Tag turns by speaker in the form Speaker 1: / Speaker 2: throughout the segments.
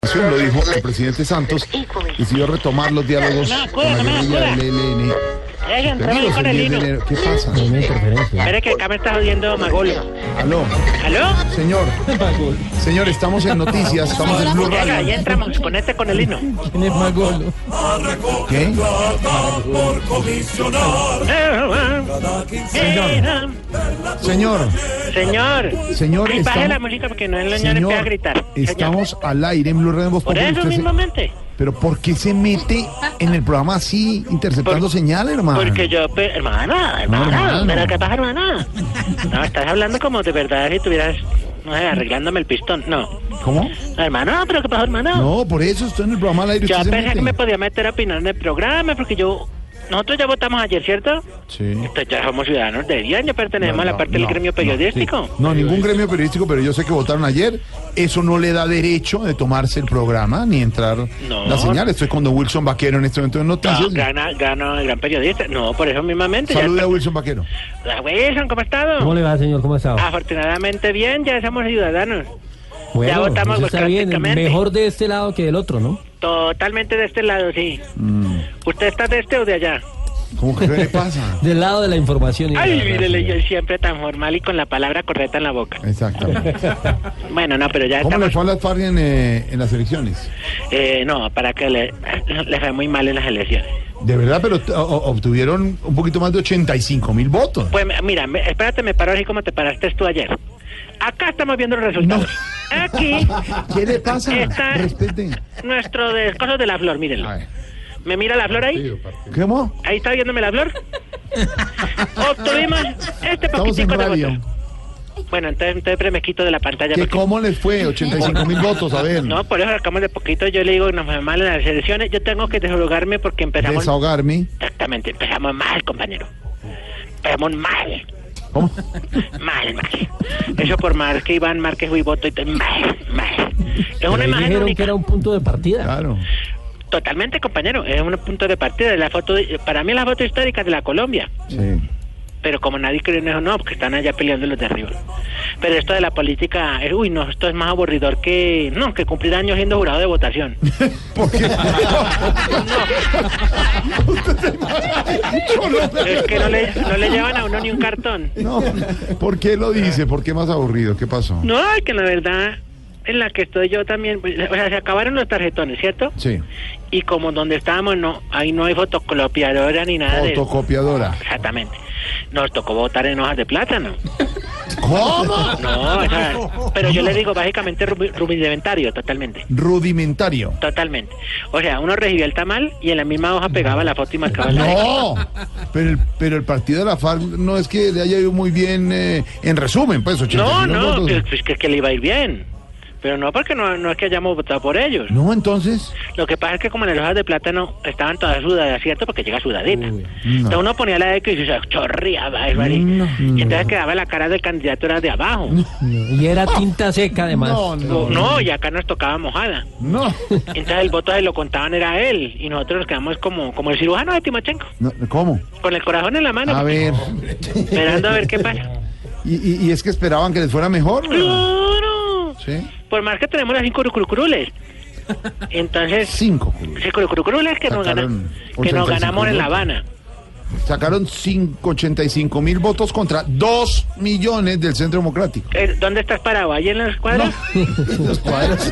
Speaker 1: negociación, lo dijo el presidente Santos, decidió retomar los diálogos con la guerrilla del ELN.
Speaker 2: Dejen,
Speaker 1: Perdidos
Speaker 2: con
Speaker 1: el
Speaker 2: el
Speaker 1: 10 de
Speaker 2: hilo.
Speaker 1: enero. ¿Qué pasa?
Speaker 2: Espere que acá me está jodiendo Magol.
Speaker 1: Aló,
Speaker 2: ¿Aló?
Speaker 1: señor. Señor, estamos en noticias, estamos en Blue
Speaker 2: Venga, ya
Speaker 1: Radio.
Speaker 2: entramos, ponete con el hilo.
Speaker 3: ¿Quién es Magolo?
Speaker 1: ¿Qué? Señor,
Speaker 2: Señor,
Speaker 1: Señor,
Speaker 2: Ay, baje
Speaker 1: estamos-
Speaker 2: la música porque no el señor empieza a
Speaker 1: señor,
Speaker 2: gritar.
Speaker 1: estamos al aire en Blue Radio en Voz
Speaker 2: Por
Speaker 1: Populi.
Speaker 2: eso
Speaker 1: Usted se-
Speaker 2: mismamente.
Speaker 1: Pero ¿por qué se mete en el programa así, interceptando
Speaker 2: Por-
Speaker 1: señal, hermano?
Speaker 2: Porque yo, pe- hermana, hermana,
Speaker 1: Ah. hermano.
Speaker 2: pero ¿qué pasa, hermana? No, estás hablando como de verdad si estuvieras, no sé, arreglándome el pistón. No,
Speaker 1: ¿Cómo?
Speaker 2: hermano, pero ¿qué pasa, hermano?
Speaker 1: No, por eso estoy en el programa al aire.
Speaker 2: Yo
Speaker 1: usted se
Speaker 2: pensé que
Speaker 1: mete.
Speaker 2: me podía meter a opinar en el programa porque yo. Nosotros ya votamos ayer, ¿cierto?
Speaker 1: Sí.
Speaker 2: Entonces Pues ya somos ciudadanos de bien, ya pertenecemos a la parte del
Speaker 1: no,
Speaker 2: gremio periodístico.
Speaker 1: sí. No, ningún gremio periodístico, pero yo sé que votaron ayer. Eso no le da derecho de tomarse el programa ni entrar
Speaker 2: No.
Speaker 1: la señal. Estoy con Don Wilson Vaquero en este momento de
Speaker 2: No,
Speaker 1: noticias.
Speaker 2: Ah, gana, gana el gran periodista. No, por eso mismamente.
Speaker 1: Salude
Speaker 2: ya
Speaker 1: a Wilson Vaquero.
Speaker 2: Ah, Wilson, ¿cómo ha estado?
Speaker 3: ¿Cómo le va, señor? ¿Cómo ha estado?
Speaker 2: Ah, Afortunadamente bien, ya somos ciudadanos.
Speaker 3: bueno,
Speaker 2: ya votamos
Speaker 3: eso está bien.
Speaker 2: democráticamente.
Speaker 3: Mejor de este lado que del otro, ¿no?
Speaker 2: Totalmente de este lado, sí.
Speaker 1: Mm.
Speaker 2: ¿Usted está de este o de allá?
Speaker 1: ¿Cómo que qué le pasa?
Speaker 3: Del lado de la información. y de
Speaker 2: Ay,
Speaker 3: la verdad,
Speaker 2: mírele,
Speaker 3: señor.
Speaker 2: yo siempre tan formal y con la palabra correcta en la boca.
Speaker 1: Exactamente.
Speaker 2: Bueno, no, pero ya
Speaker 1: ¿Cómo le
Speaker 2: estamos...
Speaker 1: fue a las FARC en, eh, en las elecciones?
Speaker 2: Eh, no, para que le, le fue muy mal en las elecciones.
Speaker 1: De verdad, pero t- o- o- obtuvieron un poquito más de 85 mil votos.
Speaker 2: Pues mira, me- espérate, me paro así como te paraste tú ayer. Acá estamos viendo los resultados. Aquí
Speaker 1: ¿Qué le pasa?
Speaker 2: Está-
Speaker 1: Respete.
Speaker 2: nuestro de cosas de la flor, mírenlo.
Speaker 1: A ver.
Speaker 2: ¿Me mira la flor ahí?
Speaker 1: ¿Cómo?
Speaker 2: Ahí está viéndome la flor. Obtuvimos este
Speaker 1: Estamos en
Speaker 2: poquitico de
Speaker 1: radio.
Speaker 2: votos. Bueno, entonces, entonces pero me quito de la pantalla.
Speaker 1: ¿Qué,
Speaker 2: porque-
Speaker 1: ¿Cómo les fue? 85 mil votos, a ver.
Speaker 2: No, por eso sacamos de poquito. Yo le digo que nos fue mal en las elecciones. Yo tengo que deshogarme porque empezamos.
Speaker 1: Desahogarme.
Speaker 2: Exactamente, empezamos mal, compañero. Empezamos mal.
Speaker 1: ¿Cómo?
Speaker 2: Mal, mal. Eso por más que Iván Márquez Huiboto y todo, mal, mal. Es
Speaker 3: Pero
Speaker 2: una
Speaker 3: ahí
Speaker 2: imagen
Speaker 3: dijeron que
Speaker 2: única.
Speaker 3: era un punto de partida.
Speaker 1: Claro.
Speaker 2: Totalmente, compañero. Es un punto de partida. de La foto, para mí es la foto histórica de la Colombia.
Speaker 1: Sí.
Speaker 2: Pero como nadie cree en eso, no, porque están allá peleando los de arriba. Pero esto de la política, eh, uy, no, esto es más aburridor que, no, que cumplir años siendo jurado de votación.
Speaker 1: ¿Por qué? Yo no-
Speaker 2: Es que no le, no le llevan a uno ni un cartón.
Speaker 1: No, ¿por qué lo dice? ¿Por qué más aburrido? ¿Qué pasó?
Speaker 2: No, es que la verdad, en la que estoy yo también, pues, o sea, se acabaron los tarjetones, ¿cierto?
Speaker 1: Sí,
Speaker 2: Y como donde estábamos, no, ahí no hay fotocopiadora ni nada de eso.
Speaker 1: fotocopiadora.
Speaker 2: Exactamente. Nos tocó votar en hojas de plátano.
Speaker 1: ¿Cómo?
Speaker 2: No, o sea, pero yo le digo básicamente rumi- rudimentario, totalmente.
Speaker 1: Rudimentario.
Speaker 2: Totalmente. O sea, uno recibía el tamal y en la misma hoja pegaba la foto y marcaba la X.
Speaker 1: No, pero el, pero el partido de la FARC no es que le haya ido muy bien eh, en resumen, pues 80
Speaker 2: No, no, que, pues que, que le iba a ir bien. Pero no porque no, no es que hayamos votado por ellos.
Speaker 1: No, entonces,
Speaker 2: Lo que pasa es que como en las hojas de plátano estaban todas sudadas, ¿cierto? Porque llega sudadita.
Speaker 3: Uy,
Speaker 1: no.
Speaker 2: Entonces uno ponía la X y se chorreaba. eso ahí.
Speaker 1: No, no.
Speaker 2: y entonces quedaba la cara del candidato era de abajo.
Speaker 3: Y era tinta seca, además.
Speaker 1: Ah, No,
Speaker 2: No, no, y acá nos tocaba mojada.
Speaker 1: no,
Speaker 2: Entonces el voto se lo contaban era a él. Y nosotros nos quedamos como, como el cirujano de Timochenko.
Speaker 1: no, ¿Cómo?
Speaker 2: Con el corazón en la mano.
Speaker 1: A ver,
Speaker 2: Esperando a ver qué pasa.
Speaker 1: ¿y, y, y es que esperaban que les fuera mejor?
Speaker 2: ¡Claro!
Speaker 1: Sí,
Speaker 2: Por más que tenemos las cinco curucurules. Entonces,
Speaker 1: cinco. culo.
Speaker 2: sí, curucurules que nos,
Speaker 1: Sacaron
Speaker 2: ganan- que
Speaker 1: 85
Speaker 2: nos ganamos en La
Speaker 1: votos.
Speaker 2: Habana.
Speaker 1: Sacaron cinco- 85 mil votos contra 2 millones del Centro Democrático.
Speaker 2: Eh, ¿Dónde estás parado? ¿Ahí en los cuadros?
Speaker 1: Los cuadros.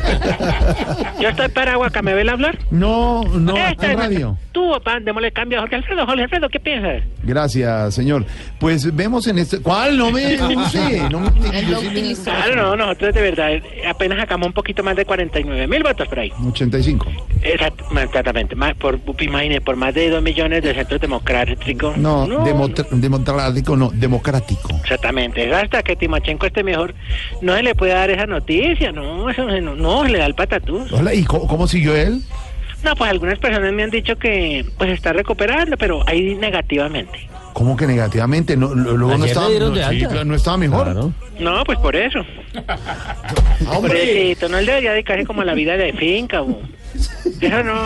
Speaker 2: Yo estoy parado acá, ¿me ve la hablar?
Speaker 1: No, no, acá en radio.
Speaker 2: Tú, papá, démosle cambio a Jorge Alfredo. Jorge Alfredo, ¿qué piensas?
Speaker 1: Gracias, señor. Pues vemos en este. ¿Cuál? No me abuse. No me tenga que decirle-
Speaker 2: Claro, no, nosotros de verdad eh, apenas sacamos un poquito más de 49 mil votos por ahí.
Speaker 1: 85.
Speaker 2: Exact- más- Exactamente, más por, imagínese, por más de 2 millones de centros democráticos.
Speaker 1: No, democr- democrático, no, democrático.
Speaker 2: Exactamente, es hasta que Timochenko esté mejor, no se le puede dar esa noticia, no, eso no, no, no, se le da el patatús.
Speaker 1: Hola, ¿y cómo, cómo siguió él?
Speaker 2: No, pues algunas personas me han dicho que pues está recuperando, pero ahí negativamente.
Speaker 1: ¿Cómo que negativamente? No, lo- luego no
Speaker 3: Ayer le
Speaker 1: estaba,
Speaker 3: dieron
Speaker 1: no,
Speaker 3: de
Speaker 1: sí,
Speaker 3: alta.
Speaker 1: claro, no estaba mejor.
Speaker 3: Claro.
Speaker 2: No, pues por eso.
Speaker 1: Ah, hombre.
Speaker 2: Pobrecito, no él debería dedicarse como a la vida de finca, bu. Eso no.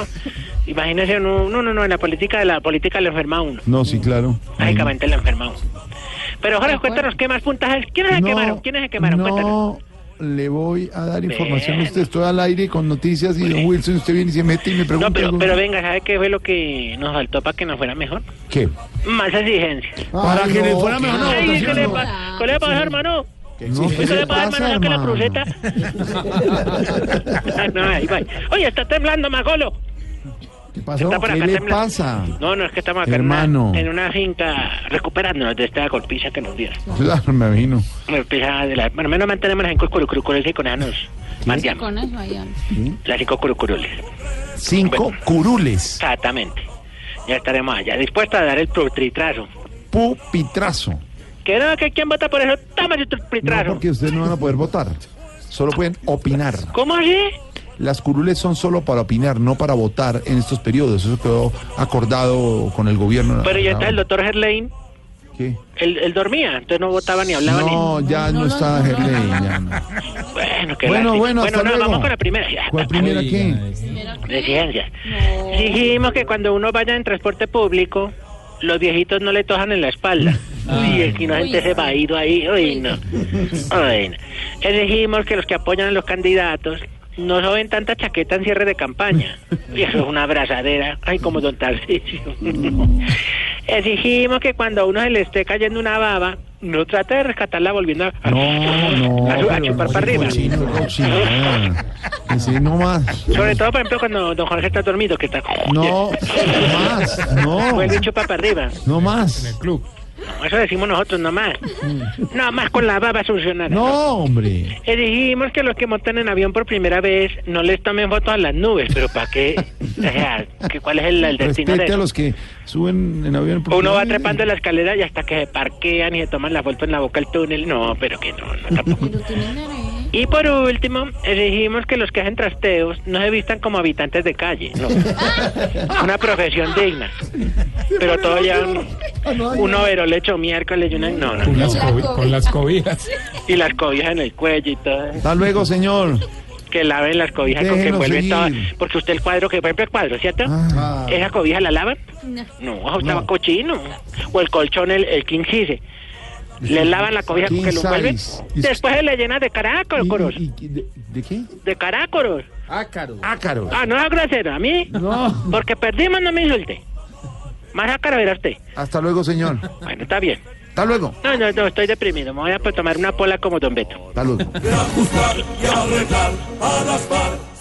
Speaker 2: Imagínese, no, no, no, no, en la política, de la política lo enferma a uno.
Speaker 1: No, sí, claro.
Speaker 2: Lógicamente lo enferma a uno. Pero ahora cuéntanos qué más puntajes. ¿Quiénes se
Speaker 1: No,
Speaker 2: quemaron? ¿Quiénes se quemaron?
Speaker 1: No,
Speaker 2: Cuéntanos.
Speaker 1: le voy a dar información a
Speaker 2: Bueno.
Speaker 1: usted. Estoy al aire con noticias y don Wilson, usted viene y se mete y me pregunta.
Speaker 2: No, pero,
Speaker 1: algo.
Speaker 2: pero venga, ¿sabe qué fue lo que nos faltó para que nos fuera mejor?
Speaker 1: ¿Qué?
Speaker 2: Más exigencia.
Speaker 1: Para que le fuera mejor
Speaker 2: Ey,
Speaker 1: una
Speaker 2: ¿Qué
Speaker 1: votación.
Speaker 2: le
Speaker 1: no.
Speaker 2: pasa? ¿Qué le pasa, hermano?
Speaker 1: No,
Speaker 2: ¿Qué le pasa, hermano, que la
Speaker 1: hermano?
Speaker 2: pruseta? no, ahí va. Oye, está temblando, Magolo.
Speaker 1: ¿Qué pasó?
Speaker 2: Está por
Speaker 1: ¿Qué
Speaker 2: acá
Speaker 1: le
Speaker 2: temblando.
Speaker 1: pasa?
Speaker 2: No, no, es que estamos acá
Speaker 1: Hermano.
Speaker 2: en, una, en una finca recuperándonos de esta golpiza que nos dieron.
Speaker 1: Claro, me imagino.
Speaker 2: Golpiza de la... Bueno, menos mantenemos las cinco curucurules y conanos. Mandiamos.
Speaker 4: Con eso, allá.
Speaker 2: Las cinco curucurules.
Speaker 1: Cinco curules.
Speaker 2: Exactamente. Ya estaremos allá, dispuestos a dar el putritrazo.
Speaker 1: Pupitrazo.
Speaker 2: Que no, que quién vota por eso, toma el
Speaker 1: No,
Speaker 2: putritrazo.
Speaker 1: porque ustedes no van a poder votar. Solo pueden opinar.
Speaker 2: ¿Cómo así?
Speaker 1: Las curules son solo para opinar, no para votar en estos periodos. Eso quedó acordado con el gobierno. Ah,
Speaker 2: Pero ya está el doctor Herlein,
Speaker 1: ¿Qué?
Speaker 2: él, él dormía, entonces no votaba ni hablaba
Speaker 1: No, ya no,
Speaker 4: No, no,
Speaker 1: está
Speaker 4: no,
Speaker 1: Herley,
Speaker 4: no.
Speaker 1: ya no.
Speaker 2: ni. Bueno, que
Speaker 1: Bueno,
Speaker 2: lástima.
Speaker 1: bueno, hasta
Speaker 2: no,
Speaker 1: luego.
Speaker 2: vamos con la primera. Ya,
Speaker 1: ¿Cuál primera
Speaker 3: Oiga,
Speaker 1: qué?
Speaker 2: De ciencia. Dijimos que cuando uno vaya en transporte público, los viejitos no le tojan en la espalda. Uy, es que no gente se va a ir ahí. Uy, no. Uy, no. Elegimos que los que apoyan a los candidatos no soben tanta chaqueta en cierre de campaña. Y eso es una abrazadera. Ay, como don Tarcisio. Exigimos que cuando a uno se le esté cayendo una baba, no trate de rescatarla volviendo a,
Speaker 1: No, no.
Speaker 2: a- a
Speaker 1: pero
Speaker 2: chupar
Speaker 1: no,
Speaker 2: para arriba.
Speaker 1: cochino, cochino. Sí, no más.
Speaker 2: Sobre todo, por ejemplo, cuando don Jorge está dormido, que está...
Speaker 1: No más.
Speaker 2: Vuelve y
Speaker 1: No.
Speaker 2: chupa para arriba.
Speaker 1: No más.
Speaker 2: No, Eso decimos nosotros nomás. Nada más con la baba solucionada.
Speaker 1: No, hombre.
Speaker 2: Y dijimos que los que montan en avión por primera vez no les tomen fotos a las nubes, pero ¿para qué? O sea, ¿que ¿cuál es el, el destino de
Speaker 1: Respete a
Speaker 2: eso?
Speaker 1: los que suben en avión. porque-
Speaker 2: Uno va trepando la escalera y hasta que se parquean y se toman la foto en la boca del túnel. No, pero que no, no tampoco.
Speaker 4: Pero tienen derecho.
Speaker 2: Y por último, exigimos que los que hacen trasteos no se vistan como habitantes de calle. No. Una profesión digna. Pero todo ya un, un overol hecho miércoles y una... No, no.
Speaker 5: Con las,
Speaker 4: La
Speaker 5: cobi-
Speaker 4: cobija.
Speaker 5: con las cobijas.
Speaker 2: Y las cobijas en el cuello y todo.
Speaker 1: Hasta luego, señor.
Speaker 2: Que laven las cobijas con que
Speaker 1: Déjenos
Speaker 2: vuelven
Speaker 1: seguir.
Speaker 2: todas. Porque usted el cuadro, que por ejemplo el cuadro, ¿cierto?
Speaker 1: Ah.
Speaker 2: ¿Esa cobija la lavan?
Speaker 4: No.
Speaker 2: No, usted
Speaker 1: No.
Speaker 2: va cochino. O el colchón, el, el king size. Le lavan la cobija con que lo
Speaker 1: King
Speaker 2: envuelven.
Speaker 1: size. Y-
Speaker 2: Después se le llena de carácoros.
Speaker 1: ¿Y- y- y- de, de qué?
Speaker 2: De carácoros.
Speaker 1: Ácaros.
Speaker 2: Ah, no es grosero. A mí,
Speaker 1: No.
Speaker 2: porque perdimos, no me insulte. Más a cara verá usted.
Speaker 1: Hasta luego, señor.
Speaker 2: Bueno, está bien.
Speaker 1: Hasta luego.
Speaker 2: No, no, no, estoy deprimido. Me voy a pues, tomar una pola como Don Beto.
Speaker 1: Hasta luego.
Speaker 6: y arreglar a las par.